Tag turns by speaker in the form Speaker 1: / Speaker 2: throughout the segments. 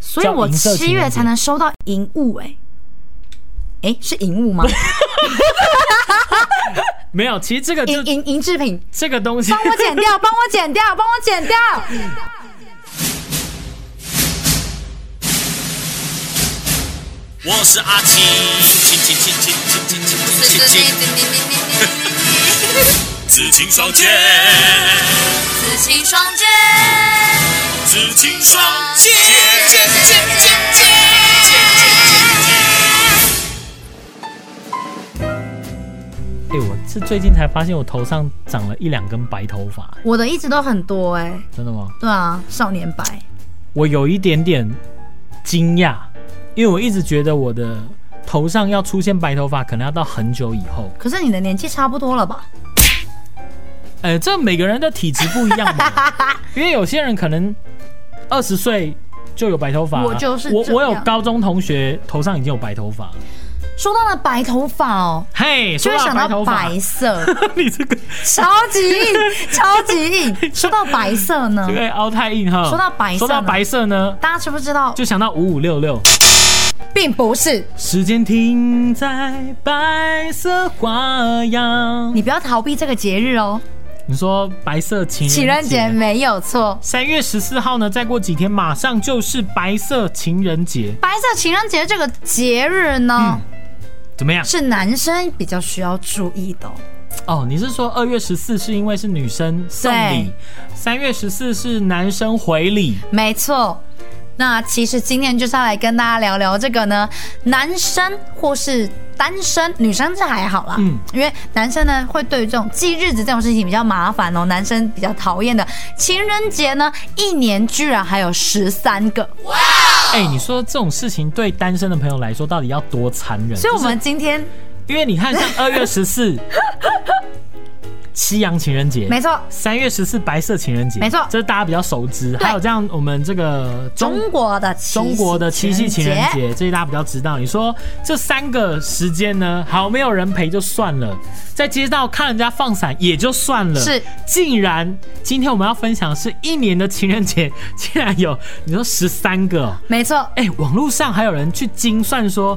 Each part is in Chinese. Speaker 1: 所以我七月才能收到银物、欸，哎，哎，是银物吗？
Speaker 2: 没有，其实这个就
Speaker 1: 银银银制品，
Speaker 2: 这个东西
Speaker 1: 帮我剪掉，帮我剪掉，帮我剪掉。
Speaker 3: 我是阿青，青青青青青青青青青，紫青双剑，
Speaker 4: 紫青双剑，
Speaker 3: 紫青双剑。
Speaker 2: 哎、我是最近才发现我头上长了一两根白头发、欸
Speaker 1: 我的一直都很多哎、欸，
Speaker 2: 真的吗？
Speaker 1: 对啊，少年白，
Speaker 2: 我有一点点惊讶，因为我一直觉得我的头上要出现白头发，可能要到很久以后。
Speaker 1: 可是你的年纪差不多了吧？
Speaker 2: 呃，这每个人的体质不一样嘛，因为有些人可能二十岁就有白头发啊、
Speaker 1: 我就是
Speaker 2: 我
Speaker 1: 这
Speaker 2: 我有
Speaker 1: 样
Speaker 2: 高中同学头上已经有白头发了，
Speaker 1: 说到了白头发哦，
Speaker 2: 嘿，
Speaker 1: 就
Speaker 2: 说
Speaker 1: 会
Speaker 2: 到
Speaker 1: 想
Speaker 2: 白头
Speaker 1: 到
Speaker 2: 发
Speaker 1: 白，色，
Speaker 2: 你这个
Speaker 1: 超级 硬，超级硬。说到白色呢
Speaker 2: 这，个凹太硬哈。
Speaker 1: 说到白色
Speaker 2: 说到
Speaker 1: 呢
Speaker 2: 白色呢，
Speaker 1: 大家知不知道？
Speaker 2: 就想到五五六六。
Speaker 1: 并不是，
Speaker 2: 时间停在白色花样。
Speaker 1: 你不要逃避这个节日哦。
Speaker 2: 你说白色情
Speaker 1: 情人节
Speaker 2: 节，
Speaker 1: 没有错，
Speaker 2: 三月十四号呢？再过几天马上就是白色情人节，
Speaker 1: 白色情人节这个节日
Speaker 2: 嗯
Speaker 1: 呢，
Speaker 2: 怎么样？
Speaker 1: 是男生比较需要注意的哦、
Speaker 2: 哦，你是说二月十四是因为是女生送礼，三月十四是男生回礼？
Speaker 1: 没错。那其实今天就是要来跟大家聊聊这个呢，男生或是单身，女生这还好啦，
Speaker 2: 嗯
Speaker 1: 嗯，因为男生呢会对于这种记日子这种事情比较麻烦哦，男生比较讨厌的。情人节呢，一年居然还有十三个，
Speaker 2: 哎、你说这种事情对单身的朋友来说到底要多残忍？
Speaker 1: 所以我
Speaker 2: 就是
Speaker 1: 们今天
Speaker 2: 因为你看，像 二月十四，西洋情人节，
Speaker 1: 没错，
Speaker 2: 三月十四白色情人节，
Speaker 1: 没错
Speaker 2: 这是大家比较熟知。还有这样，我们这个
Speaker 1: 中国的七夕
Speaker 2: 中国的七夕情人
Speaker 1: 情人节，
Speaker 2: 节，这些大家比较知道。你说这三个时间呢，好，没有人陪就算了，在街道看人家放伞也就算了，
Speaker 1: 是，
Speaker 2: 竟然今天我们要分享的是一年的情人节，竟然有你说十三个哦、
Speaker 1: 没错，
Speaker 2: 哎、网络上还有人去精算说，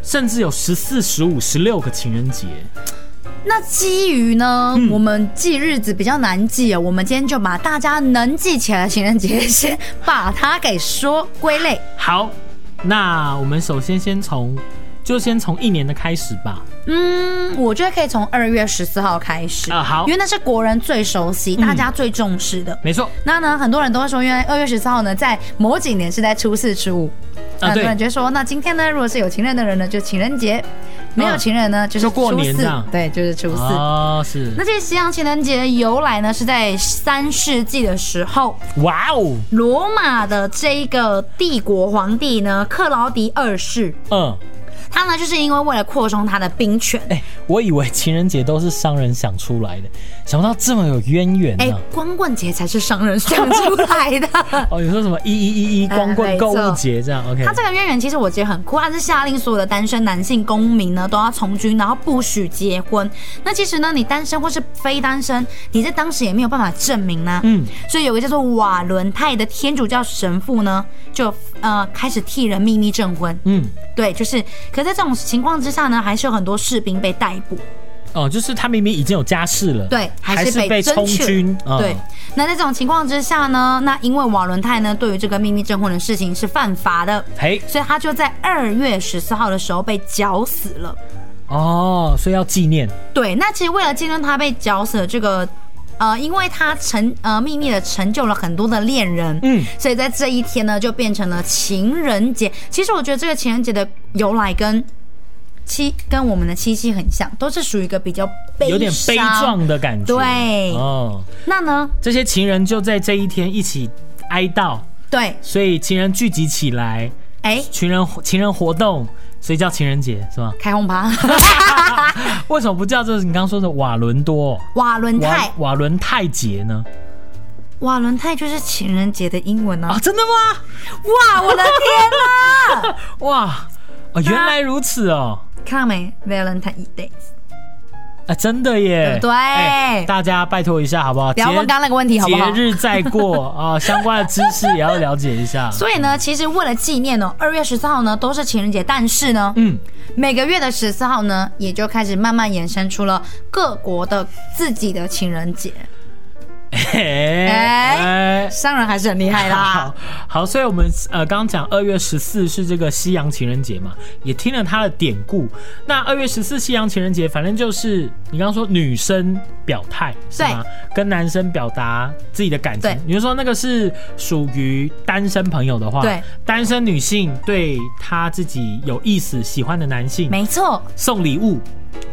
Speaker 2: 甚至有十四、十五、十六个情人节。
Speaker 1: 那基于呢，
Speaker 2: 嗯
Speaker 1: 我们记日子比较难记啊，我们今天就把大家能记起来的情人节先把它给说归类。
Speaker 2: 好，那我们首先先从，就先从一年的开始吧。
Speaker 1: 嗯，我觉得可以从二月十四号开始
Speaker 2: 啊好嗯
Speaker 1: 因为那是国人最熟悉、大家最重视的。
Speaker 2: 没错，
Speaker 1: 那呢，很多人都会说，因为二月十四号呢，在某几年是在初四、初五。
Speaker 2: 啊
Speaker 1: 很多
Speaker 2: 对
Speaker 1: 人就会说，那今天呢，如果是有情人的人呢，就情人节；没有情人呢，就是
Speaker 2: 啊就过
Speaker 1: 初
Speaker 2: 年
Speaker 1: 四
Speaker 2: 这样
Speaker 1: 对，就是初四。
Speaker 2: 哦，是，
Speaker 1: 那这个西洋情人节的由来呢，是在三世纪的时候，
Speaker 2: 哇哦，
Speaker 1: 罗马的这一个帝国皇帝呢，克劳迪二世，
Speaker 2: 嗯，
Speaker 1: 他呢就是因为为了扩充他的兵权，
Speaker 2: 哎、我以为情人节都是商人想出来的，想不到这么有渊源啊呢、
Speaker 1: 哎、光棍节才是商人想出来的。
Speaker 2: 哦，你说什么一一一一光棍
Speaker 1: 哎
Speaker 2: 购
Speaker 1: 没
Speaker 2: 物
Speaker 1: 错
Speaker 2: 节这样？OK，
Speaker 1: 他这个渊源其实我觉得很酷，他是下令所有的单身男性公民呢都要从军，然后不许结婚。那其实呢，你单身或是非单身，你在当时也没有办法证明呢、
Speaker 2: 嗯，
Speaker 1: 所以有个叫做瓦伦泰的天主教神父呢，就呃开始替人秘密证婚。
Speaker 2: 嗯，
Speaker 1: 对，就是，可在这种情况之下呢，还是有很多士兵被逮捕。
Speaker 2: 哦，就是他明明已经有家室了，
Speaker 1: 对，
Speaker 2: 还
Speaker 1: 是
Speaker 2: 被
Speaker 1: 争
Speaker 2: 充
Speaker 1: 取
Speaker 2: 军，嗯
Speaker 1: 对，那在这种情况之下呢，那因为瓦伦泰呢，对于这个秘密证婚的事情是犯法的，
Speaker 2: 嘿，
Speaker 1: 所以他就在二月十四号的时候被绞死了。
Speaker 2: 哦，所以要纪念，
Speaker 1: 对，那其实为了纪念他被绞死的这个。呃，因为他成呃秘密的成就了很多的恋人，
Speaker 2: 嗯，
Speaker 1: 所以在这一天呢，就变成了情人节。其实我觉得这个情人节的由来跟七跟我们的七夕很像，都是属于一个比较悲
Speaker 2: 有点悲
Speaker 1: 伤
Speaker 2: 壮的感觉，
Speaker 1: 对
Speaker 2: 哦，
Speaker 1: 那呢，
Speaker 2: 这些情人就在这一天一起哀悼，
Speaker 1: 对，
Speaker 2: 所以情人聚集起来，
Speaker 1: 哎，
Speaker 2: 情人情人活动，所以叫情人节 是吗？
Speaker 1: 开轰吧，
Speaker 2: 为什么不叫这是你刚刚说的瓦伦多
Speaker 1: 瓦伦
Speaker 2: 瓦
Speaker 1: 泰，
Speaker 2: 瓦伦泰节呢？
Speaker 1: 瓦伦泰就是情人节的英文啊
Speaker 2: 啊，！真的吗？
Speaker 1: 哇，我的天 呐！
Speaker 2: 哇，哦，原来如此哦。
Speaker 1: 看到没，Valentine Day。
Speaker 2: 啊，真的
Speaker 1: 对
Speaker 2: 耶，
Speaker 1: 不对
Speaker 2: 哎大家拜托一下好不好？
Speaker 1: 不要问刚
Speaker 2: 节
Speaker 1: 刚那个问题好不好
Speaker 2: 节日再过啊，相关的知识也要了解一下。
Speaker 1: 所以呢，其实为了纪念哦，二月十四号呢都是情人节，但是呢，
Speaker 2: 嗯，
Speaker 1: 每个月的十四号呢，也就开始慢慢延伸出了各国的自己的情人节。
Speaker 2: 嘿
Speaker 1: 哎
Speaker 2: 哎
Speaker 1: 商人还是很厉害啦
Speaker 2: 好。好，所以我们呃刚刚讲二月十四是这个西洋情人节嘛，也听了它的典故。那二月十四西洋情人节，反正就是你刚刚说女生表态是吗？跟男生表达自己的感
Speaker 1: 对
Speaker 2: 情。你就说那个是属于单身朋友的话，
Speaker 1: 对，
Speaker 2: 单身女性对她自己有意思、喜欢的男性
Speaker 1: 没错，
Speaker 2: 送礼物。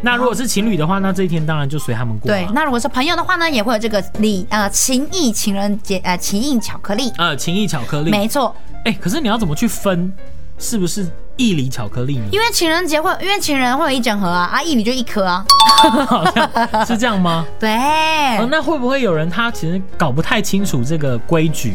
Speaker 2: 那如果是情侣的话，那这一天当然就随他们过、啊。
Speaker 1: 对。那如果是朋友的话呢，也会有这个礼呃情谊情人节呃情谊巧克力。
Speaker 2: 呃，情谊巧克力，
Speaker 1: 没错，
Speaker 2: 哎、可是你要怎么去分是不是一粒巧克力呢？
Speaker 1: 因为情人节会，因为情人会有一整盒啊，啊一里就一颗啊。
Speaker 2: 好像是这 样吗？
Speaker 1: 对，哎
Speaker 2: 哦，那会不会有人他其实搞不太清楚这个规矩，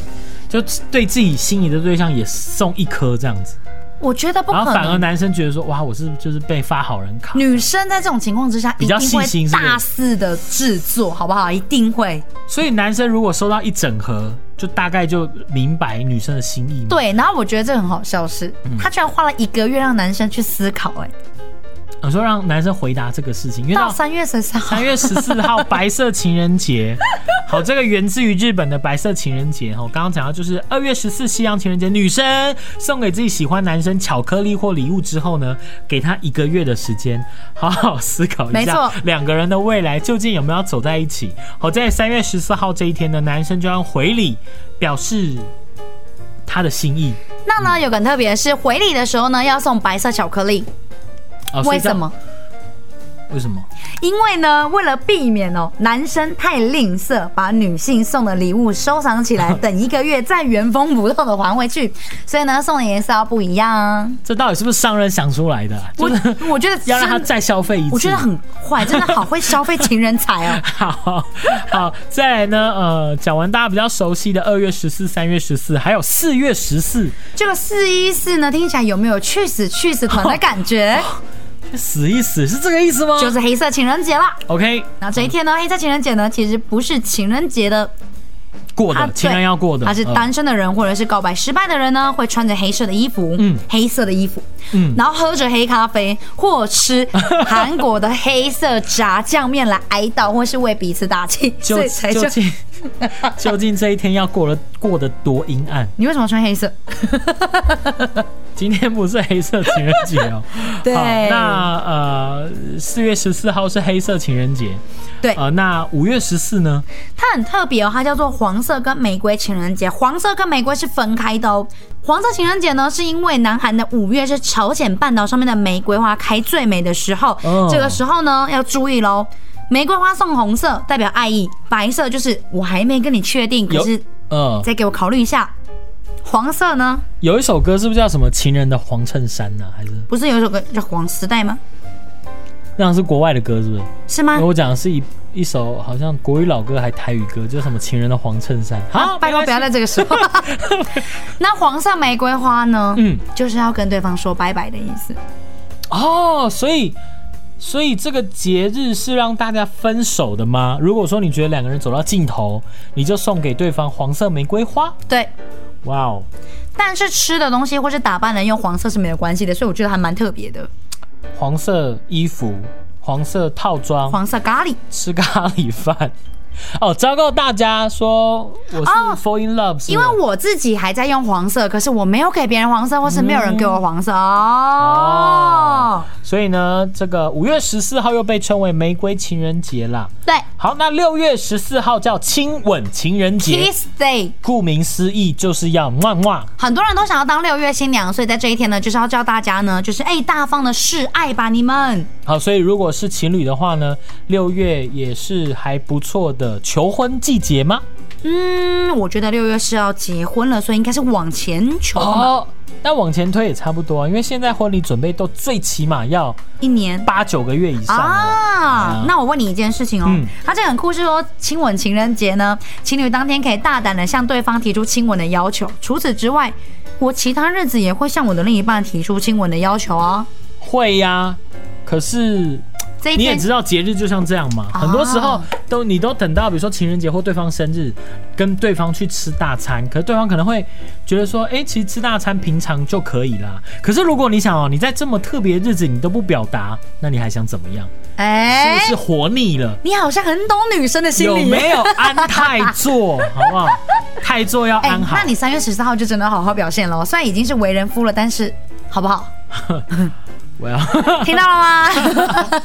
Speaker 2: 就对自己心仪的对象也送一颗这样子，
Speaker 1: 我觉得不
Speaker 2: 然后
Speaker 1: 可
Speaker 2: 反而
Speaker 1: 能。
Speaker 2: 男生觉得说哇，我是不是就是被发好人卡？
Speaker 1: 女生在这种情况之下，一
Speaker 2: 比较
Speaker 1: 定会
Speaker 2: 细心是不是
Speaker 1: 大肆的制作，好不好？一定会。
Speaker 2: 所以男生如果收到一整盒，就大概就明白女生的心意嘛。
Speaker 1: 对，然后我觉得这很好笑是，
Speaker 2: 嗯
Speaker 1: 他居然花了一个月让男生去思考、哎，
Speaker 2: 我说呃让男生回答这个事情，因为
Speaker 1: 到
Speaker 2: 到
Speaker 1: 三月十三号
Speaker 2: 三，月十四号白色情人节，好，这个源自于日本的白色情人节哈。我刚刚讲到就是二月十四西洋情人节，女生送给自己喜欢男生巧克力或礼物之后呢，给他一个月的时间，好好思考
Speaker 1: 没
Speaker 2: 一
Speaker 1: 错
Speaker 2: 下两个人的未来究竟有没有走在一起。好，在三月十四号这一天呢，男生就要回礼表示他的心意。
Speaker 1: 那呢有个很特别的是，回礼的时候呢要送白色巧克力，
Speaker 2: 哦
Speaker 1: 为什？么？
Speaker 2: 所以这样为什么？
Speaker 1: 因为呢，为了避免哦男生太吝啬，把女性送的礼物收藏起来，等一个月再原封不动的还回 去，所以呢送的颜色要不一样啊。
Speaker 2: 这到底是不是商人想出来的啊？
Speaker 1: 我
Speaker 2: 就是
Speaker 1: 我觉得
Speaker 2: 要让他
Speaker 1: 真
Speaker 2: 再消费一次。
Speaker 1: 我觉得很坏，真的好会消费情人财 哦。
Speaker 2: 好好，再来呢，呃，讲完大家比较熟悉的二月十四、三月十四，还有四月十四，
Speaker 1: 这个四一四呢，听起来有没有去死去死团的感 觉？
Speaker 2: 死一死是这个意思吗？
Speaker 1: 就是黑色情人节啦。
Speaker 2: OK
Speaker 1: 那这一天
Speaker 2: 嗯
Speaker 1: 呢，黑色情人节呢，其实不是情人节的，
Speaker 2: 过
Speaker 1: 它
Speaker 2: 的，嗯情人
Speaker 1: 啊对
Speaker 2: 要过的，嗯呃
Speaker 1: 它是单身的人或者是告白失败的人呢，会穿着黑色的衣服，嗯
Speaker 2: 嗯，
Speaker 1: 黑色的衣服，嗯
Speaker 2: 嗯，
Speaker 1: 然后喝着黑咖啡或 吃韩国的黑色炸酱面来哀悼，或是为彼此打气，
Speaker 2: 究
Speaker 1: 所以才
Speaker 2: 究
Speaker 1: 叫
Speaker 2: 竟究竟这一天要过得过得多阴暗？
Speaker 1: 你为什么穿黑色？
Speaker 2: 今天不是黑色情人节 哦，
Speaker 1: 对
Speaker 2: 好那呃，四月十四号是黑色情人节，
Speaker 1: 对
Speaker 2: 呃，那五月十四呢？
Speaker 1: 它很特别哦，它叫做黄色跟玫瑰情人节。黄色跟玫瑰是分开的哦。黄色情人节呢，是因为南韩的五月是朝鲜半岛上面的玫瑰花开最美的时候，
Speaker 2: 哦
Speaker 1: 这个时候呢要注意喽。玫瑰花送红色代表爱意，白色就是我还没跟你确定，可
Speaker 2: 有
Speaker 1: 是
Speaker 2: 呃，
Speaker 1: 再给我考虑一下。黄色呢，
Speaker 2: 有一首歌是不是叫什么《情人的黄衬衫》呢？还是
Speaker 1: 不是有一首歌叫《黄时代》吗？
Speaker 2: 那是国外的歌，是不是？
Speaker 1: 是吗？
Speaker 2: 我讲的是一一首好像国语老歌还台语歌，叫什么《情人的黄衬衫》。好，
Speaker 1: 哦拜托不要在这个时候。 那黄色玫瑰花呢？
Speaker 2: 嗯，
Speaker 1: 就是要跟对方说拜拜的意思。
Speaker 2: 哦，所以所以这个节日是让大家分手的吗？如果说你觉得两个人走到尽头，你就送给对方黄色玫瑰花。
Speaker 1: 对，
Speaker 2: 哇哦，
Speaker 1: 但是吃的东西或是打扮的用黄色是没有关系的，所以我觉得还蛮特别的。
Speaker 2: 哦黄色衣服，黄色套装，
Speaker 1: 黄色咖喱
Speaker 2: 吃咖喱饭。 哦，昭告大家说我是
Speaker 1: 哦
Speaker 2: fall in love，是
Speaker 1: 因为
Speaker 2: 吗
Speaker 1: 我自己还在用黄色，可是我没有给别人黄色，或是没有人给我黄色、哦
Speaker 2: 哦。所以呢，这个五月十四号又被称为玫瑰情人节啦。
Speaker 1: 对
Speaker 2: 好，那六月十四号叫亲吻情人节，
Speaker 1: ，Kiss Day，
Speaker 2: 顾名思义就是要哇哇。
Speaker 1: 很多人都想要当六月新娘，所以在这一天呢，就是要教大家呢，就是哎、大方的示爱吧，你们。
Speaker 2: 好，所以如果是情侣的话呢，六月也是还不错的求婚季节吗？
Speaker 1: 嗯，我觉得六月是要结婚了，所以应该是往前求嘛，
Speaker 2: 哦，那往前推也差不多啊，因为现在婚礼准备都最起码要
Speaker 1: 一年。
Speaker 2: 八九个月以上、哦。
Speaker 1: 啊
Speaker 2: 嗯，
Speaker 1: 那我问你一件事情哦
Speaker 2: 嗯，
Speaker 1: 它、这个很酷，是说亲吻情人节呢，情侣当天可以大胆的向对方提出亲吻的要求。除此之外，我其他日子也会向我的另一半提出亲吻的要求哦。
Speaker 2: 会呀、可是
Speaker 1: 这一
Speaker 2: 你也
Speaker 1: 天
Speaker 2: 知道节日就像这样嘛，
Speaker 1: 哦
Speaker 2: 很多时候都你都等到比如说情人节或对方生日，跟对方去吃大餐，可是对方可能会觉得说，哎、其实吃大餐平常就可以啦。可是如果你想哦，你在这么特别的日子你都不表达，那你还想怎么样？
Speaker 1: 哎、
Speaker 2: 是不是活腻了？
Speaker 1: 你好像很懂女生的心
Speaker 2: 有
Speaker 1: 理耶，
Speaker 2: 没有安太 座？好不好？太座要
Speaker 1: 哎、
Speaker 2: 安好。
Speaker 1: 那你三月十四号就真的好好表现了，哦虽然已经是为人夫了，但是好不 好？
Speaker 2: 我要
Speaker 1: 听到了吗？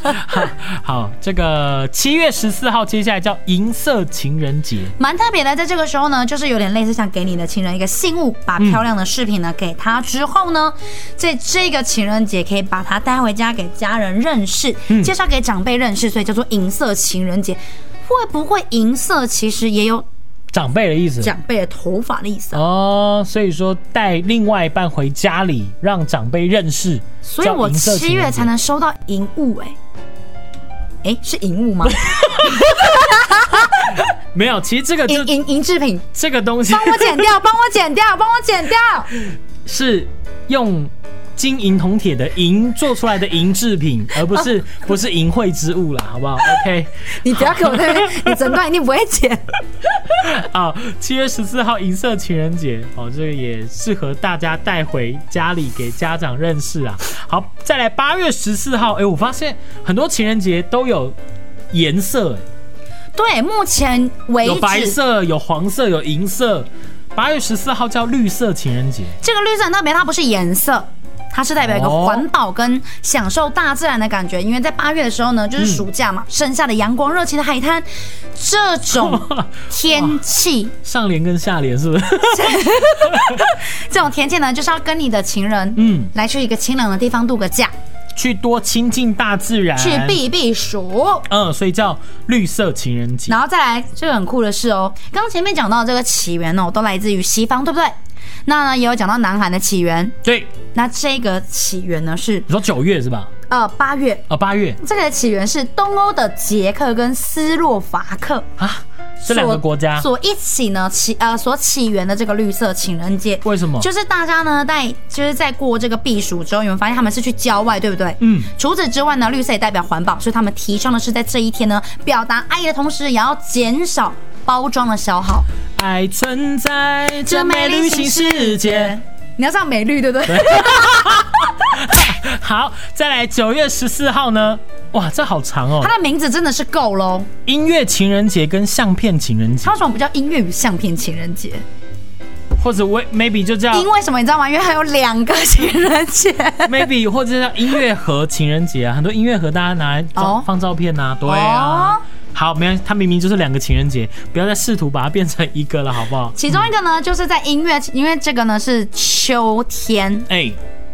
Speaker 2: 好，这个七月十四号，接下来叫银色情人节。
Speaker 1: 蛮特别的，在这个时候呢，就是有点类似像给你的情人一个信物，把漂亮的饰品呢、给他之后呢，在这个情人节可以把它带回家给家人认识，介绍给长辈认识，所以叫做银色情人节。会不会银色其实也有
Speaker 2: 长辈的意思
Speaker 1: 长辈的头发的意思啊？
Speaker 2: 哦，所以说带另外一半回家里，让长辈认识，
Speaker 1: 所以
Speaker 2: 叫
Speaker 1: 我
Speaker 2: 银色
Speaker 1: 七
Speaker 2: 情人
Speaker 1: 月
Speaker 2: 节
Speaker 1: 才能收到银物、哎。哎，是银物吗？
Speaker 2: 没有。其实这个就
Speaker 1: 银银银制品，
Speaker 2: 这个东西
Speaker 1: 帮我剪掉，帮我剪掉，帮我剪掉。
Speaker 2: 是用金银铜铁的银做出来的银制 品，而不是不是淫秽之物啦，好不好？OK。
Speaker 1: 你不要给我在那边，你整段一定不会剪。
Speaker 2: 啊，七月十四号银色情人节哦，这个也适合大家带回家里给家长认识啊。好，再来八月十四号，哎、我发现很多情人节都有颜色、
Speaker 1: 对，目前为
Speaker 2: 哎有白
Speaker 1: 止，
Speaker 2: 色，有黄色，有银色。八月十四号叫绿色情人节，
Speaker 1: 这个绿色很特别，它不是颜色。它是代表一个
Speaker 2: 哦
Speaker 1: 环保跟享受大自然的感觉，因为在八月的时候呢，就是暑假
Speaker 2: 嗯
Speaker 1: 嘛，盛夏的阳光、热情的海滩，这种
Speaker 2: 哦
Speaker 1: 天气，
Speaker 2: 上联跟下联是不是？
Speaker 1: 这种天气呢，就是要跟你的情人，嗯
Speaker 2: 嗯，
Speaker 1: 来去一个清凉的地方度个假，
Speaker 2: 去多亲近大自然，
Speaker 1: 去避避暑。
Speaker 2: 嗯，所以叫绿色情人节。
Speaker 1: 然后再来，这个很酷的是哦，刚刚前面讲到这个起源哦，都来自于西方，对不对？那呢也有讲到南韩的起源，
Speaker 2: 对，
Speaker 1: 那这个起源呢是
Speaker 2: 你说九月是吧？
Speaker 1: 呃八月，
Speaker 2: 啊、八月
Speaker 1: 这个的起源是东欧的捷克跟斯洛伐克
Speaker 2: 啊，这两个
Speaker 1: 所
Speaker 2: 国家
Speaker 1: 所一起呢起呃所起源的这个绿色情人节。
Speaker 2: 为什么？
Speaker 1: 就是大家呢，在就是在过这个避暑之后，你们发现他们是去郊外，对不对？
Speaker 2: 嗯。
Speaker 1: 除此之外呢，绿色也代表环保，所以他们提倡的是在这一天呢，表达爱意的同时，也要减少包装的消耗。
Speaker 2: 爱存在这美丽新世界。
Speaker 1: 你要唱美绿，对不对？
Speaker 2: 好，再来九月十四号呢？哇，这好长哦！
Speaker 1: 它的名字真的是够喽。
Speaker 2: 音乐情人节跟相片情人节
Speaker 1: 它，为什么不叫音乐与相片情人节？
Speaker 2: 或者我 maybe 就叫
Speaker 1: 因为什么你知道吗？因为还有两个情人节。
Speaker 2: maybe 或者叫音乐盒情人节啊，很多音乐盒大家拿来装、
Speaker 1: 哦
Speaker 2: 放照片啊，对啊。
Speaker 1: 哦
Speaker 2: 好，没关系，它明明就是两个情人节，不要再试图把它变成一个了，好 不好？
Speaker 1: 其中一个呢，就是在音乐，因为这个呢是秋天，
Speaker 2: 哎、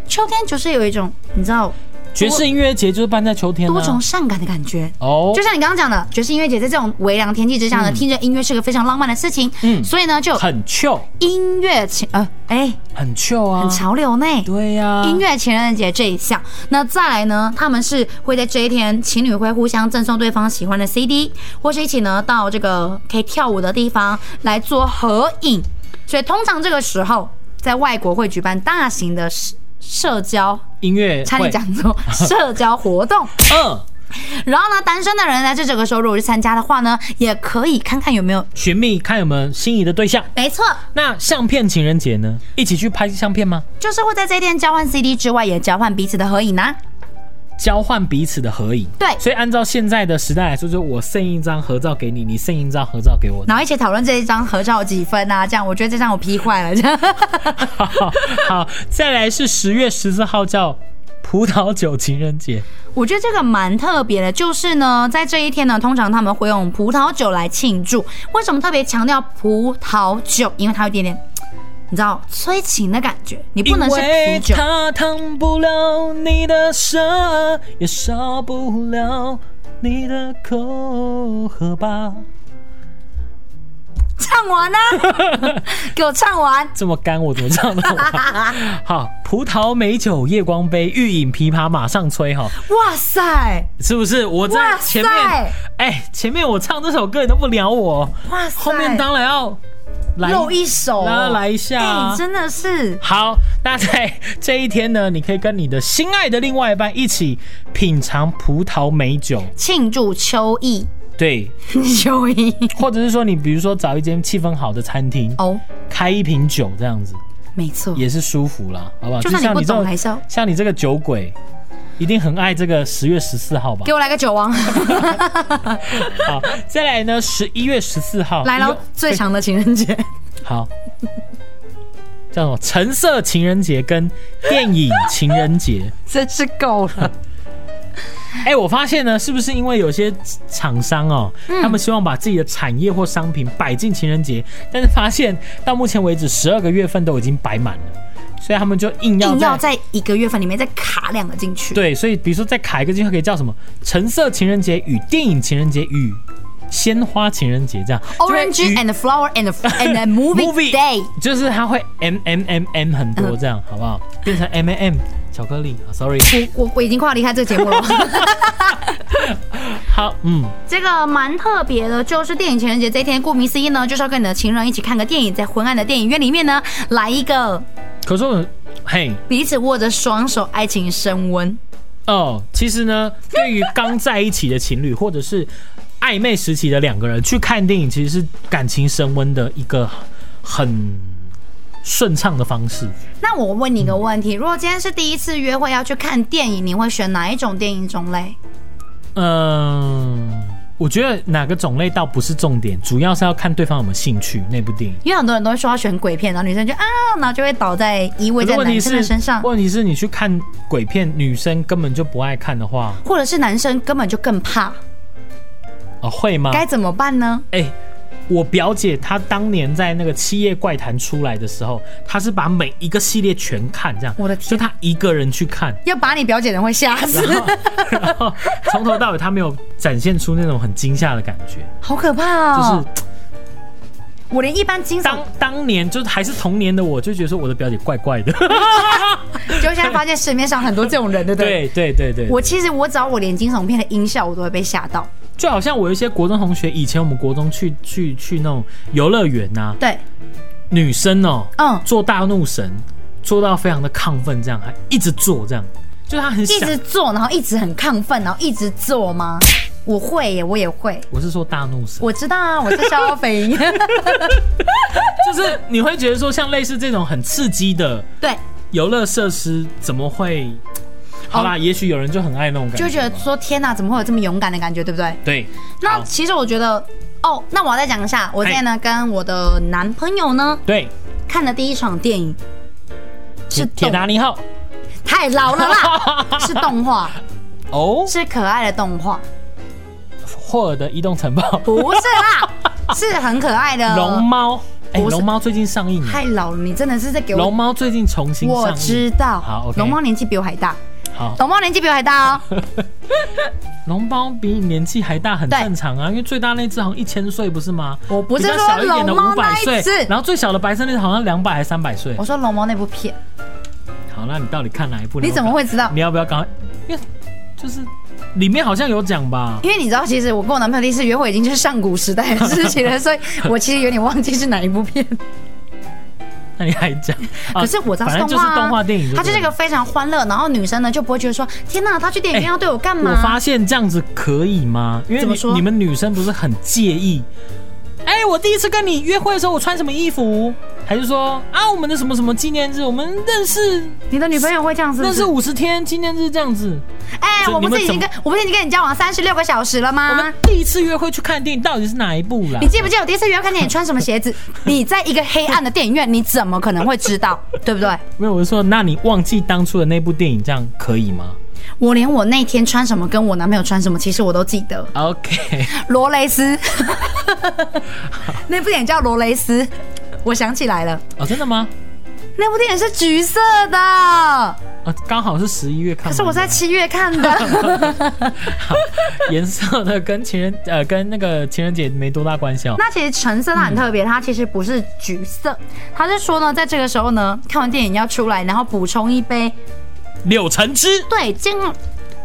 Speaker 1: 秋天就是有一种你知道
Speaker 2: 爵士音乐节就是办在秋天、啊，
Speaker 1: 多愁善感的感觉。
Speaker 2: 哦，
Speaker 1: 就像你刚刚讲的，爵士音乐节在这种微凉天气之下呢，听着音乐是个非常浪漫的事情。嗯，
Speaker 2: 嗯
Speaker 1: 所以呢，就有
Speaker 2: 很 chill，
Speaker 1: 音乐情呃，哎、
Speaker 2: 很 chill 啊，
Speaker 1: 很潮流呢。
Speaker 2: 对啊呀、
Speaker 1: 音乐情人节这一项，那再来呢？他们是会在这一天，情侣会互相赠送对方喜欢的 CD，或是一起呢到这个可以跳舞的地方来做合影。所以通常这个时候，在外国会举办大型的社社交，
Speaker 2: 音乐
Speaker 1: 差点
Speaker 2: 会，
Speaker 1: 讲错，社交活动。
Speaker 2: 嗯，
Speaker 1: 然后呢，单身的人呢，在这个时候如果去参加的话呢，也可以看看有没有。
Speaker 2: 寻觅看有没有心仪的对象。
Speaker 1: 没错，
Speaker 2: 那相片情人节呢？一起去拍相片吗？
Speaker 1: 就是会在这一天交换 CD 之外，也交换彼此的合影呢、啊
Speaker 2: 交换彼此的合影。
Speaker 1: 对
Speaker 2: 所以按照现在的时代来说，就是我剩一张合照给你，你剩一张合照给我。
Speaker 1: 然后一起讨论这一张合照有几分啊？这样，我觉得这张我 P 坏了，这 样。
Speaker 2: 好，好，再来是十月十四号叫葡萄酒情人节。
Speaker 1: 我觉得这个蛮特别的，就是呢，在这一天呢，通常他们会用葡萄酒来庆祝。为什么特别强调葡萄酒？因为它有一点点，你知道催情的感觉，你不能是
Speaker 2: 因为
Speaker 1: 啤酒。
Speaker 2: 它烫不了你的舌，也烧不了你的口，喝吧。
Speaker 1: 唱完 啊，给我唱完。
Speaker 2: 这么干，我怎么唱得完？好，葡萄美酒夜光杯，欲饮琵琶马上吹哈，
Speaker 1: 哇塞，
Speaker 2: 是不是？
Speaker 1: 哇
Speaker 2: 我在
Speaker 1: 塞
Speaker 2: 前面，哎、前面我唱这首歌你都不聊我，
Speaker 1: 哇塞，
Speaker 2: 后面当然要来
Speaker 1: 露一手，
Speaker 2: 来来一下啊、
Speaker 1: 哎，真的是
Speaker 2: 好，那在这一天呢，你可以跟你的心爱的另外一半一起品尝葡萄美酒，
Speaker 1: 庆祝秋意，
Speaker 2: 对，
Speaker 1: 秋意
Speaker 2: 或者是说你比如说找一间气氛好的餐厅，
Speaker 1: 哦，
Speaker 2: 开一瓶酒这样子
Speaker 1: 没错，
Speaker 2: 也是舒服啦，好不好？
Speaker 1: 就算你
Speaker 2: 像
Speaker 1: 不
Speaker 2: 你这
Speaker 1: 懂
Speaker 2: 种
Speaker 1: 还是要
Speaker 2: 像你这个酒鬼，一定很爱这个十月十四号吧
Speaker 1: 给？我来个酒 王，
Speaker 2: 好，再来呢，十一月十四号
Speaker 1: 来
Speaker 2: 又
Speaker 1: 了最长的情人节，
Speaker 2: 好，叫什么？橙色情人节跟电影情人节。
Speaker 1: 真是够了。
Speaker 2: 哎、我发现呢，是不是因为有些厂商哦，
Speaker 1: 嗯
Speaker 2: 他们希望把自己的产业或商品摆进情人节，但是发现到目前为止，十二个月份都已经摆满了，所以他们就硬要
Speaker 1: 硬要
Speaker 2: 在。
Speaker 1: 在一个月份里面再卡两个进去，，
Speaker 2: 对，所以比如说再卡一个就可以叫什么“橙色情人节”与“电影情人节”与“鲜花情人节”这样。就会
Speaker 1: Orange
Speaker 2: 与
Speaker 1: and flower and and a movie
Speaker 2: Movie
Speaker 1: day。
Speaker 2: 就是它会 M M M M 很多这样，好不好？变成 M M M 巧克力。啊 Sorry，
Speaker 1: 我我已经快要离开这个节目 了。
Speaker 2: 好，嗯，
Speaker 1: 这个蛮特别的，就是电影情人节这一天，顾名思义呢，就是要跟你的情人一起看个电影，在昏暗的电影院里面呢，来一个
Speaker 2: 可是我嘿
Speaker 1: 彼此握着双手，爱情升温。
Speaker 2: 哦，其实呢，对于刚在一起的情侣或者是暧昧时期的两个人去看电影，其实是感情升温的一个很顺畅的方式。
Speaker 1: 那我问你一个问题，如果今天是第一次约会要去看电影，你会选哪一种电影种类？
Speaker 2: 嗯，我觉得哪个种类倒不是重点，主要是要看对方有没有兴趣那部电影。
Speaker 1: 因为很多人都会说要选鬼片，然后女生就啊，然后就会倒在依偎
Speaker 2: 可
Speaker 1: 在
Speaker 2: 是问题
Speaker 1: 男生
Speaker 2: 是
Speaker 1: 的身上，
Speaker 2: 问题是你去看鬼片，女生根本就不爱看的话，
Speaker 1: 或者是男生根本就更怕，啊
Speaker 2: 哦，会吗？
Speaker 1: 该怎么办呢？
Speaker 2: 哎、我表姐她当年在那个《七夜怪谈》出来的时候，她是把每一个系列全看，这样，
Speaker 1: 我的天
Speaker 2: 就她一个人去看，
Speaker 1: 要把你表姐的人会吓死，
Speaker 2: 然后从头到尾她没有展现出那种很惊吓的感觉，
Speaker 1: 好可怕
Speaker 2: 就
Speaker 1: 哦！
Speaker 2: 是
Speaker 1: 我连一般惊悚
Speaker 2: 当当年就是还是童年的我，就觉得说我的表姐怪怪的，
Speaker 1: 就现在发现市面上很多这种人，对不对？
Speaker 2: 对对对对，
Speaker 1: 我其实我只要我连惊悚片的音效我都会被吓到，
Speaker 2: 就好像我有一些国中同学，以前我们国中去去去那种游乐园呐，
Speaker 1: 对，
Speaker 2: 女生哦、
Speaker 1: 嗯
Speaker 2: 做大怒神，做到非常的亢奋，这样还一直做这样，就她很
Speaker 1: 一
Speaker 2: 想
Speaker 1: 直做，然后一直很亢奋，然后一直做吗？我会耶，我也会，
Speaker 2: 我是说大怒神，
Speaker 1: 我知道啊，我是消费 音，
Speaker 2: 就是你会觉得说，像类似这种很刺激的
Speaker 1: 对，
Speaker 2: 游乐设施，怎么会？好啦，也许有人就很爱那种感觉
Speaker 1: 就
Speaker 2: 吧，
Speaker 1: 觉得说天哪，怎么会有这么勇敢的感觉，对不对？
Speaker 2: 对。
Speaker 1: 那
Speaker 2: 好哎
Speaker 1: 其实我觉得，哦，那我要再讲一下，我现在呢跟我的男朋友呢
Speaker 2: 对
Speaker 1: 看的第一场电影是
Speaker 2: 铁铁
Speaker 1: 动
Speaker 2: 达尼号
Speaker 1: 太老了 啦，是动画，
Speaker 2: 哦，
Speaker 1: 是可爱的动画。
Speaker 2: 霍尔的移动城堡，
Speaker 1: 不是啦， 是很可爱的
Speaker 2: 龙。猫，哎，
Speaker 1: 不是
Speaker 2: 龙猫最近上映了，
Speaker 1: 太老了，你真的是在给
Speaker 2: 龙
Speaker 1: 我。
Speaker 2: 猫最近重新上映，
Speaker 1: 我知道，
Speaker 2: 好，OK
Speaker 1: 龙猫年纪比我还大，哦
Speaker 2: 好，
Speaker 1: 龙猫年纪比我还 大哦。
Speaker 2: 龙猫比你年纪还大，很
Speaker 1: 对
Speaker 2: 正常啊，因为最大那只好像一千岁，不是吗？
Speaker 1: 我不是
Speaker 2: 比较小一点的
Speaker 1: 说龙猫
Speaker 2: 五百
Speaker 1: 那一只
Speaker 2: 岁，然后最小的白色那只好像两百还三百岁
Speaker 1: 我。说龙猫那部片，
Speaker 2: 好，那你到底看哪一部？
Speaker 1: 你怎么会知道？
Speaker 2: 你要不要赶快？因为就是里面好像有讲 吧？
Speaker 1: 因为你知道，其实我跟我男朋友第一次约会已经是上古时代的事 情了，所以我其实有点忘记是哪一部片。
Speaker 2: 那你还讲？啊
Speaker 1: 可是我知道
Speaker 2: 反正就
Speaker 1: 动
Speaker 2: 是
Speaker 1: 画啊，
Speaker 2: 动画电影，
Speaker 1: 它就是一个。非常欢乐，然后女生呢就不会觉得说天哪，她去电影院
Speaker 2: 哎
Speaker 1: 要对我干
Speaker 2: 我
Speaker 1: 嘛？
Speaker 2: 发现这样子可以吗？因为
Speaker 1: 怎么
Speaker 2: 你
Speaker 1: 说
Speaker 2: 你们女生不是很介意？哎、我第一次跟你约会的时候，我穿什么衣服？还是说啊，我们的什么什么纪念日，我们认识
Speaker 1: 你的女朋友会这样子？
Speaker 2: 认识五十天，纪念日这样子。
Speaker 1: 哎，
Speaker 2: 这
Speaker 1: 我不是已
Speaker 2: 你们
Speaker 1: 经
Speaker 2: 怎
Speaker 1: 跟我不是已经跟你交往三十六个小时了吗？
Speaker 2: 我们第一次约会去看电影到底是哪一部啦
Speaker 1: 你？记不记得我第一次约会看见你穿什么鞋子？你在一个黑暗的电影院，你怎么可能会知道？ 对不对？
Speaker 2: 没有，我是说，那你忘记当初的那部电影，这样可以吗
Speaker 1: 我连我那天穿什么，跟我男朋友穿什么，其实我都记得。
Speaker 2: ？OK，
Speaker 1: 罗蕾丝， 那部电影叫《罗蕾丝》，我想起来了，
Speaker 2: 哦，真的吗？
Speaker 1: 那部电影是橘色的，
Speaker 2: 啊，刚好是十一月看完的，
Speaker 1: 可是我在七月看 的。
Speaker 2: 好 颜色的跟情人呃跟那个情人节没多大关系哦。
Speaker 1: 那其实橙色它很特别，它其实不是橘色，它是说呢，在这个时候呢，看完电影要出来，然后补充一杯
Speaker 2: 柳橙汁
Speaker 1: 对，这样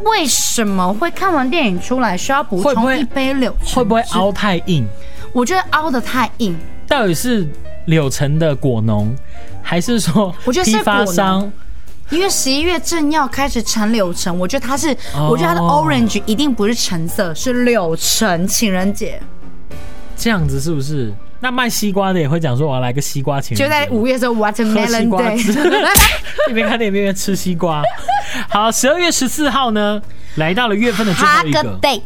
Speaker 1: 为什么会看完电影出来需要补
Speaker 2: 会不
Speaker 1: 充
Speaker 2: 会
Speaker 1: 一杯柳橙汁？
Speaker 2: 会不会凹太硬？
Speaker 1: 我觉得凹的太硬，
Speaker 2: 到底是柳橙的果农，还是说
Speaker 1: 我觉得是
Speaker 2: 批发
Speaker 1: 果
Speaker 2: 商
Speaker 1: 农？因为十一月正要开始产柳橙，我觉得它是，
Speaker 2: 哦
Speaker 1: 我觉得它的 orange 一定不是橙色，是柳橙。情人节
Speaker 2: 这样子是不是？那卖西瓜的也会讲说我要来个西瓜情人节，
Speaker 1: 就在五月的时候
Speaker 2: 喝西
Speaker 1: ，watermelon
Speaker 2: 瓜
Speaker 1: day。
Speaker 2: 一边看电影一边吃西瓜。好，十二月十四号呢，来到了月份的最后一
Speaker 1: Hug
Speaker 2: 个
Speaker 1: date，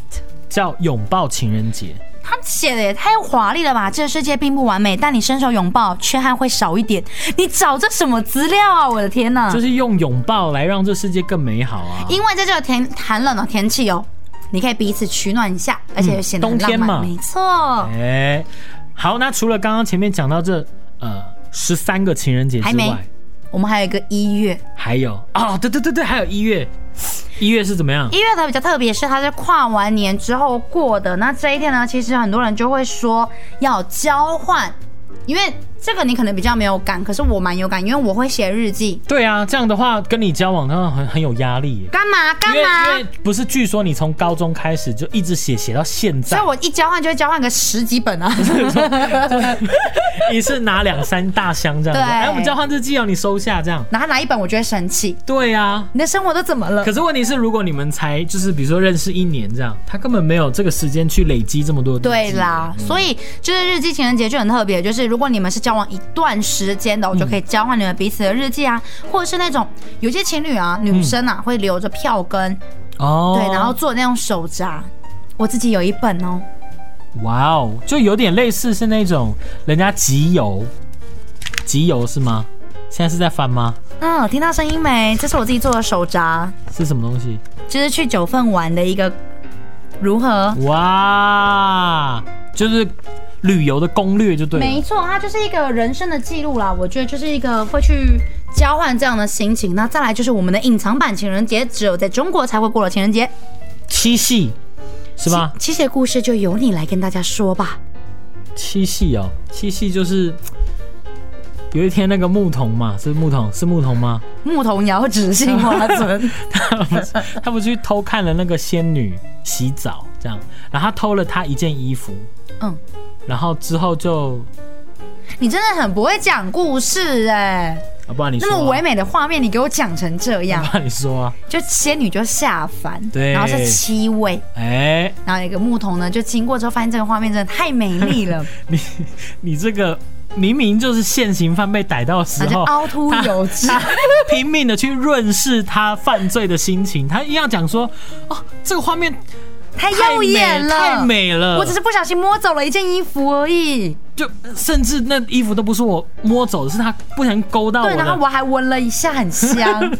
Speaker 2: 叫拥抱情人节。
Speaker 1: 他写的也太华丽了吧！这个世界并不完美，但你伸手拥抱，缺憾会少一点。你找这什么资料啊？我的天呐！
Speaker 2: 就是用拥抱来让这世界更美好啊！
Speaker 1: 因为在这个天寒冷的天气哦，你可以彼此取暖一下，而且显得很
Speaker 2: 嗯冬
Speaker 1: 浪
Speaker 2: 天
Speaker 1: 漫。
Speaker 2: 嘛
Speaker 1: 没错，
Speaker 2: 哎、好，那除了刚刚前面讲到这呃十三个情人节
Speaker 1: 还
Speaker 2: 嗯之
Speaker 1: 没
Speaker 2: 外，
Speaker 1: 我们还有一个一月，
Speaker 2: 还有哦，对对对对，还有一月，一月是怎么样？
Speaker 1: 一月的比较特别，是它是跨完年之后过的。那这一天呢，其实很多人就会说要交换，因为这个你可能比较没有感，可是我蛮有感，因为我会写日记。
Speaker 2: 对啊，这样的话跟你交往当然很很有压力耶。
Speaker 1: 干嘛干
Speaker 2: 因为因
Speaker 1: 嘛
Speaker 2: 为？不是，据说你从高中开始就一直写写到现
Speaker 1: 所
Speaker 2: 在
Speaker 1: 以，我一交换就会交换个十几本 啊。
Speaker 2: 一次拿两三大箱这样
Speaker 1: 对
Speaker 2: 子。哎，我们交换日记哦，你收下这样。
Speaker 1: 然后他拿一本，我就会生气。
Speaker 2: 对啊，
Speaker 1: 你的生活都怎么了
Speaker 2: 可？是问题是，如果你们才就是比如说认识一年这样，他根本没有这个时间去累积这么多。
Speaker 1: 对啦，，所以就是日记情人节就很特别，就是如果你们是交往一段时间的，我就可以交换你们彼此的日记啊，或者是那种有些情侣啊，女生啊会留着票根，
Speaker 2: 哦，
Speaker 1: 对，然后做那种手札。我自己有一本哦，
Speaker 2: 哇哦，就有点类似是那种人家集邮，集邮是吗？现在是在翻吗？
Speaker 1: 嗯，听到声音没？这是我自己做的手札，
Speaker 2: 是什么东西？
Speaker 1: 就是去九份玩的一个如何？
Speaker 2: 哇，就是旅游的攻略就对
Speaker 1: 没
Speaker 2: 了。
Speaker 1: 错，它就是一个人生的记录啦。我觉得就是一个会去交换这样的心情。那再来就是我们的隐藏版情人节，只有在中国才会过的情人节。
Speaker 2: 七夕是吧？
Speaker 1: 七夕的故事就由你来跟大家说吧。
Speaker 2: 七夕哦，七夕就是嘖有一天那个牧童嘛，是木童是牧童吗？
Speaker 1: 牧童遥指杏花村，
Speaker 2: 他不是他不是去偷看了那个仙女洗澡这样，然后他偷了她一件衣服，
Speaker 1: 嗯，
Speaker 2: 然后之后就
Speaker 1: 你真的很不会讲故事哎、
Speaker 2: 啊，不然你说、
Speaker 1: 那
Speaker 2: 啊，
Speaker 1: 么唯美的画面，你给我讲成这样，
Speaker 2: 不然你说啊，
Speaker 1: 就仙女就下凡，
Speaker 2: 对
Speaker 1: 然后是七位，
Speaker 2: 哎、
Speaker 1: 然后有一个牧童呢，就经过之后发现这个画面真的太美丽 了，
Speaker 2: 你你这个明明就是现行犯被逮到的时
Speaker 1: 然
Speaker 2: 候
Speaker 1: 后就，凹凸有致。
Speaker 2: 他拼命的去润饰他犯罪的心情，他硬要讲说，哦，这个画面
Speaker 1: 太
Speaker 2: 太
Speaker 1: 哎耀
Speaker 2: 美
Speaker 1: 眼了，
Speaker 2: 太美了，
Speaker 1: 我只是不小心摸走了一件衣服而已。
Speaker 2: 就甚至那衣服都不是我摸走的，是他不小心勾哦到我
Speaker 1: 对，然后
Speaker 2: 的。
Speaker 1: 我还闻了一下，很香，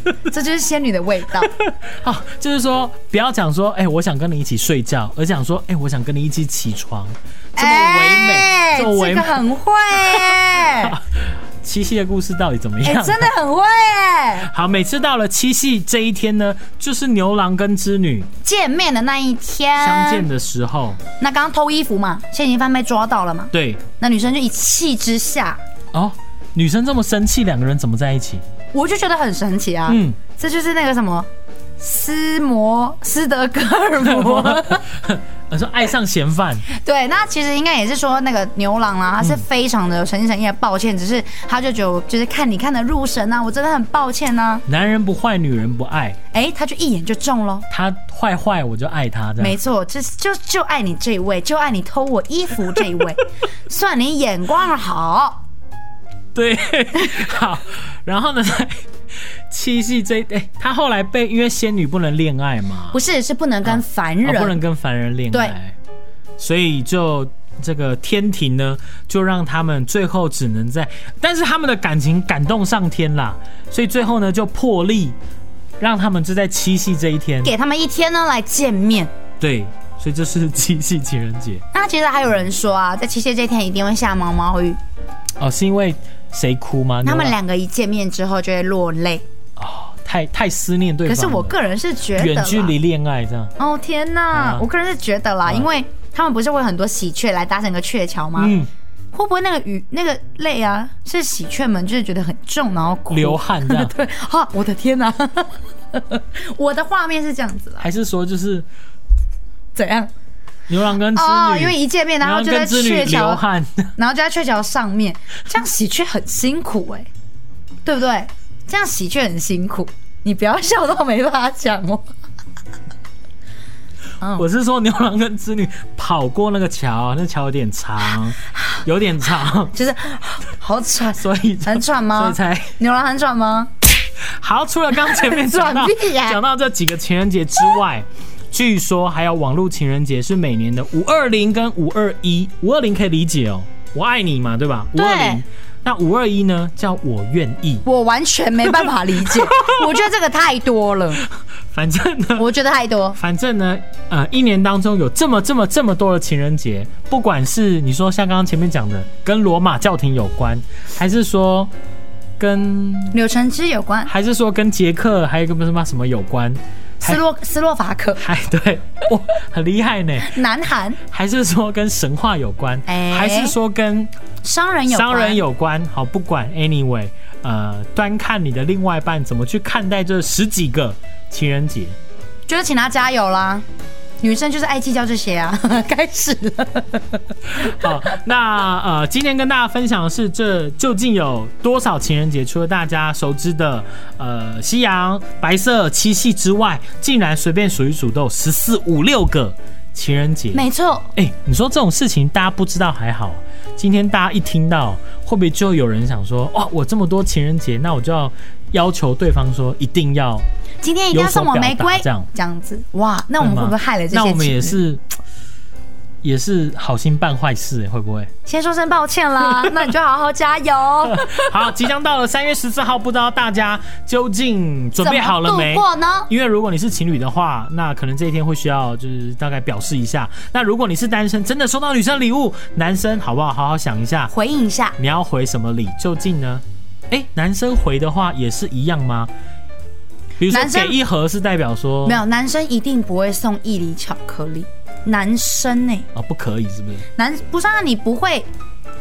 Speaker 1: 这就是仙女的味道。
Speaker 2: 好，啊就是说不要讲说，哎、我想跟你一起睡觉，而讲说，哎、我想跟你一起起床，这么唯美，
Speaker 1: 哎
Speaker 2: 这么
Speaker 1: 这
Speaker 2: 唯美
Speaker 1: 个。很会哎、
Speaker 2: 七夕的故事到底怎么
Speaker 1: 哎、
Speaker 2: 样？
Speaker 1: 真的很会哎、
Speaker 2: 好，每次到了七夕这一天呢，就是牛郎跟织女
Speaker 1: 见面的那一天，
Speaker 2: 相见。的时候，
Speaker 1: 那刚刚偷衣服嘛，现行犯被抓到了嘛，
Speaker 2: 对，
Speaker 1: 那女生就一气之下，
Speaker 2: 哦，女生这么生气，两个人怎么在一起？
Speaker 1: 我就觉得很神奇啊。
Speaker 2: 嗯，
Speaker 1: 这就是那个什么。斯摩斯德哥尔摩，
Speaker 2: 我说爱上嫌犯，
Speaker 1: 对，那其实应该也是说那个牛郎啦、他是非常的诚心诚意的抱歉，只是他就觉得我就是看你看的入神啊，我真的很抱歉啊呢、
Speaker 2: 男人不坏，女人不爱，
Speaker 1: 啊。哎，他就一眼就中喽。
Speaker 2: 他坏坏我就爱他，这
Speaker 1: 没
Speaker 2: 样。
Speaker 1: 错，就就就爱你这一位，就爱你偷我衣服这一 位，算你眼光好。
Speaker 2: 对， 好，然后呢，在七夕这哎、他后来被因为仙女不能恋爱嘛，
Speaker 1: 不是，是不能跟凡人。
Speaker 2: 哦不能跟凡人恋爱，所以就。这个天庭呢，就让他们最后只能在，但是他们的感情感动上天啦，所以最后呢就破例，让他们就在七夕这一天，
Speaker 1: 给他们一天呢来见面。
Speaker 2: 对，所以这是七夕情人节
Speaker 1: 那其实还有人说啊，在七夕这天一定会下毛毛雨，
Speaker 2: 哦，是因为谁哭吗？
Speaker 1: 他们
Speaker 2: 牛郎
Speaker 1: 两个一见面之后就会落泪。
Speaker 2: 太太思念对
Speaker 1: 可
Speaker 2: 方了，
Speaker 1: 是我个人是觉得啦
Speaker 2: 远距离恋爱这样，
Speaker 1: 哦天呐，
Speaker 2: 嗯
Speaker 1: 我个人是觉得啦，
Speaker 2: 嗯
Speaker 1: 因为他们不是会有很多喜鹊来搭成一个鹊桥吗？
Speaker 2: 嗯，
Speaker 1: 会不会那个雨那个泪啊，是喜鹊们就是觉得很重，然后哭，
Speaker 2: 流？汗这样
Speaker 1: 对啊，我的天 呐、我的画面是这样子啦，
Speaker 2: 还是说就是
Speaker 1: 怎样？
Speaker 2: 牛郎跟织女，
Speaker 1: 哦，因为一见面，然后
Speaker 2: 牛
Speaker 1: 就
Speaker 2: 郎
Speaker 1: 在
Speaker 2: 跟织女
Speaker 1: 鹊
Speaker 2: 流
Speaker 1: 桥，
Speaker 2: 汗，
Speaker 1: 然后就在鹊桥上面，这样喜鹊很辛苦哎、对不对？这样喜鹊很辛苦，你不要笑到没办法讲哦。
Speaker 2: 我是说牛郎跟织女跑过那个桥，那桥有点 长，有点长，
Speaker 1: 就是好喘，
Speaker 2: 所以
Speaker 1: 很喘
Speaker 2: 所
Speaker 1: 吗
Speaker 2: 以？才
Speaker 1: 牛郎很喘吗？
Speaker 2: 好。除了刚前 面讲到
Speaker 1: 转屁呀
Speaker 2: 讲到这几个情人节之外，据说还有网络情人节是每年的五二零跟五二一。五二零可以理解哦，我爱你嘛，对吧？五
Speaker 1: 对
Speaker 2: 二零。那五二一呢？叫我愿意。
Speaker 1: 我完全没办法理 解，我觉得这个太多了，
Speaker 2: 反正呢，
Speaker 1: 我觉得太多。
Speaker 2: 反正呢，呃，一年当中有这么这么这么多的情人节，不管是你说像刚刚前面讲的跟罗马教廷有关，还是说跟
Speaker 1: 柳橙汁有关，
Speaker 2: 还是说跟捷克还有一个什么什么有关， 还
Speaker 1: 斯洛斯洛伐克、
Speaker 2: 还对，哇，很厉害呢，
Speaker 1: 南韩
Speaker 2: 还是说跟神话有关，
Speaker 1: 哎
Speaker 2: 还是说跟
Speaker 1: 商人有关
Speaker 2: 商人有关？好，不管 anyway，呃，端看你的另外一半怎么去看待这十几个情人节。
Speaker 1: 就是请他加油啦。女生就是爱计较这些啊， 开始了。
Speaker 2: 好，那呃，今天跟大家分享的是这究竟有多少情人节？除了大家熟知的呃西洋、白色、七夕之外，竟然随便数一数都有十四五六个情人节。
Speaker 1: 没错，
Speaker 2: 哎、你说这种事情大家不知道还好，今天大家一听到，会不会就有人想说，哇，我这么多情人节，那我就要要求对方说一定要
Speaker 1: 今天一定要送我玫瑰
Speaker 2: 有所表达，这样
Speaker 1: 子哇，那我们
Speaker 2: 对吗
Speaker 1: 会不会害了这些？
Speaker 2: 那我们也，是也是好心办坏事、哎会不会？
Speaker 1: 先说声抱歉 啦。那你就好好加油，
Speaker 2: 好，即将到了三月十四号，不知道大家究竟 准备好了
Speaker 1: 怎么
Speaker 2: 没
Speaker 1: 度？过呢？
Speaker 2: 因为如果你是情侣的话，那可能这一天会需要就是大概表示一下。那如果你是单身，真的收到女生礼物，男生好不好？好好想一下，
Speaker 1: 回应一下，
Speaker 2: 你要回什么礼？究竟呢？哎，男生回的话也是一样吗？比如说
Speaker 1: 男生
Speaker 2: 给一盒是代表说
Speaker 1: 没有男生一定不会送一粒巧克力，男生呢、欸
Speaker 2: 哦，不可以是不是？
Speaker 1: 男不是啊，你不会，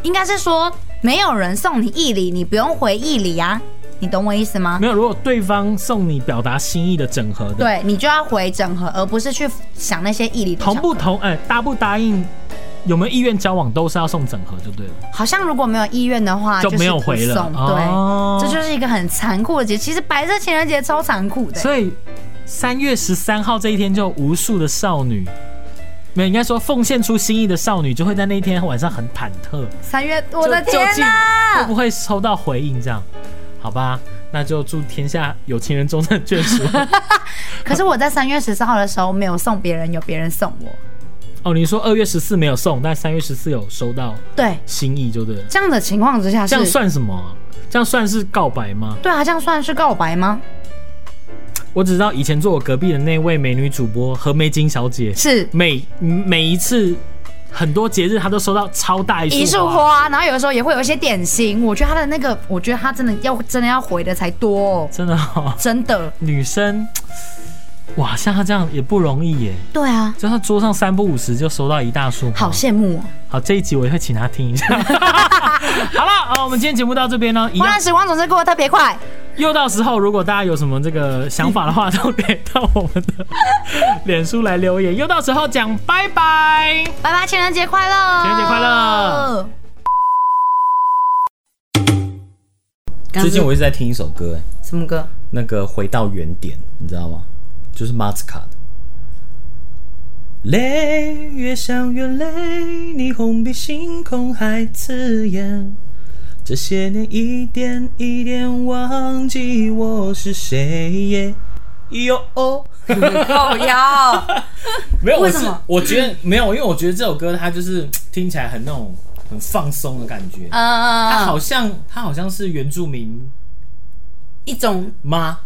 Speaker 1: 应该是说没有人送你一礼，你不用回一礼啊，你懂我意思吗？
Speaker 2: 没有，如果对方送你表达心意的整盒的，
Speaker 1: 对你就要回整合，而不是去想那些义理的
Speaker 2: 同不
Speaker 1: 巧克
Speaker 2: 同？哎，答不答应？有没有意愿交往都是要送整盒就对了。
Speaker 1: 力？好像如果没有意愿的话，
Speaker 2: 就没有
Speaker 1: 是不
Speaker 2: 回了
Speaker 1: 送
Speaker 2: 哦
Speaker 1: 对，这就是一个很残酷的节。其实白色情人节超残酷的、
Speaker 2: 所以三月十三号这一天，就有无数的少女，没有应该说奉献出心意的少女，就会在那一天晚上很忐忑，
Speaker 1: 三月，我的
Speaker 2: 就究
Speaker 1: 天
Speaker 2: 竟
Speaker 1: 哪、
Speaker 2: 会不会收到回应？这样，好吧，那就祝天下有情人终成眷属。
Speaker 1: 可是我在三月十四号的时候没有送别人，有别人送我。
Speaker 2: 哦，你说二月十四没有送，但三月十四有收到
Speaker 1: 对，
Speaker 2: 心意，就对了。
Speaker 1: 这样的情况之下
Speaker 2: 这样
Speaker 1: 是，
Speaker 2: 算什么啊、这样算是告白吗？
Speaker 1: 对啊，这样算是告白吗？
Speaker 2: 我只知道以前坐我隔壁的那位美女主播何梅金小姐，
Speaker 1: 是
Speaker 2: 每每一次很多节日，她都收到超大
Speaker 1: 一束花，然后有的时候也会有一些点心。我觉得他的那个，我觉得他真的要真的要回的才多、哦，
Speaker 2: 真的、哦，
Speaker 1: 真的。
Speaker 2: 女生，哇，像她这样也不容易耶，
Speaker 1: 对啊，
Speaker 2: 就她桌上三不五十就收到一大束花。
Speaker 1: 好羡慕哦。
Speaker 2: 好，这一集我也会请她听一下。 好了，呃，我们今天节目到这边呢，一
Speaker 1: 花
Speaker 2: 样
Speaker 1: 烂时光总是过得特别快。
Speaker 2: 又到时候，如果大家有什么这个想法的话，都可以到我们的 脸书来留言。又到时候讲拜拜。
Speaker 1: 拜拜，情人节快乐！
Speaker 2: 情人节快乐！
Speaker 5: 最近我一直在听一首歌，哎，
Speaker 1: 什么歌？
Speaker 5: 那个回到原点，你知道吗？就是马斯卡的。泪越想越累，霓虹比星空还刺眼。这些年一点一点忘记我是谁耶。哟哦，
Speaker 1: 哦要
Speaker 5: 没有，
Speaker 1: 为
Speaker 5: 我
Speaker 1: 什
Speaker 5: 是
Speaker 1: 么
Speaker 5: 我觉得没有，因为我觉得这首歌它就是听起来很那种很放松的感觉。它
Speaker 1: 嗯，
Speaker 5: 好像它好像是原住民
Speaker 1: 一种，
Speaker 5: 吗？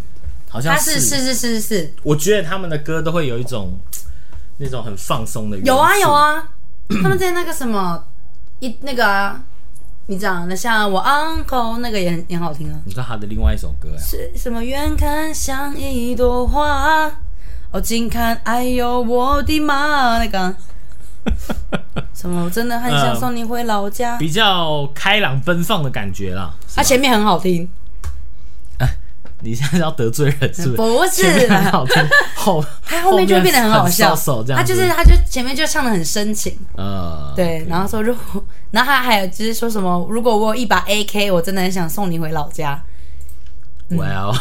Speaker 5: 好像
Speaker 1: 他是是是是是，
Speaker 5: 我觉得他们的歌都会有一种那种很放松的。
Speaker 1: 有啊有，啊，他们在那个什么一那个啊，你讲的像我 uncle 那个也很也很好听啊，
Speaker 5: 你知道他的另外一首歌呀、啊
Speaker 1: 是什么？远看像一朵花，哦，近看，哎呦我的妈！那个啊什么，我真的很想送你回老家。
Speaker 5: 比较开朗奔放的感觉啦。
Speaker 1: 它前面很好听，
Speaker 2: 你现在是要得罪人是不是？
Speaker 5: 不是
Speaker 2: 前面很好听，后
Speaker 5: 他后面就会变得很好笑，
Speaker 2: 骚骚这样
Speaker 5: 他
Speaker 2: 子
Speaker 5: 就是他就前面就唱的很深情，
Speaker 2: 呃，
Speaker 5: 哦对，然后说如果，然后他还有就是说什么，如果我有一把 AK，我真的很想送你回老家。
Speaker 2: ，Well。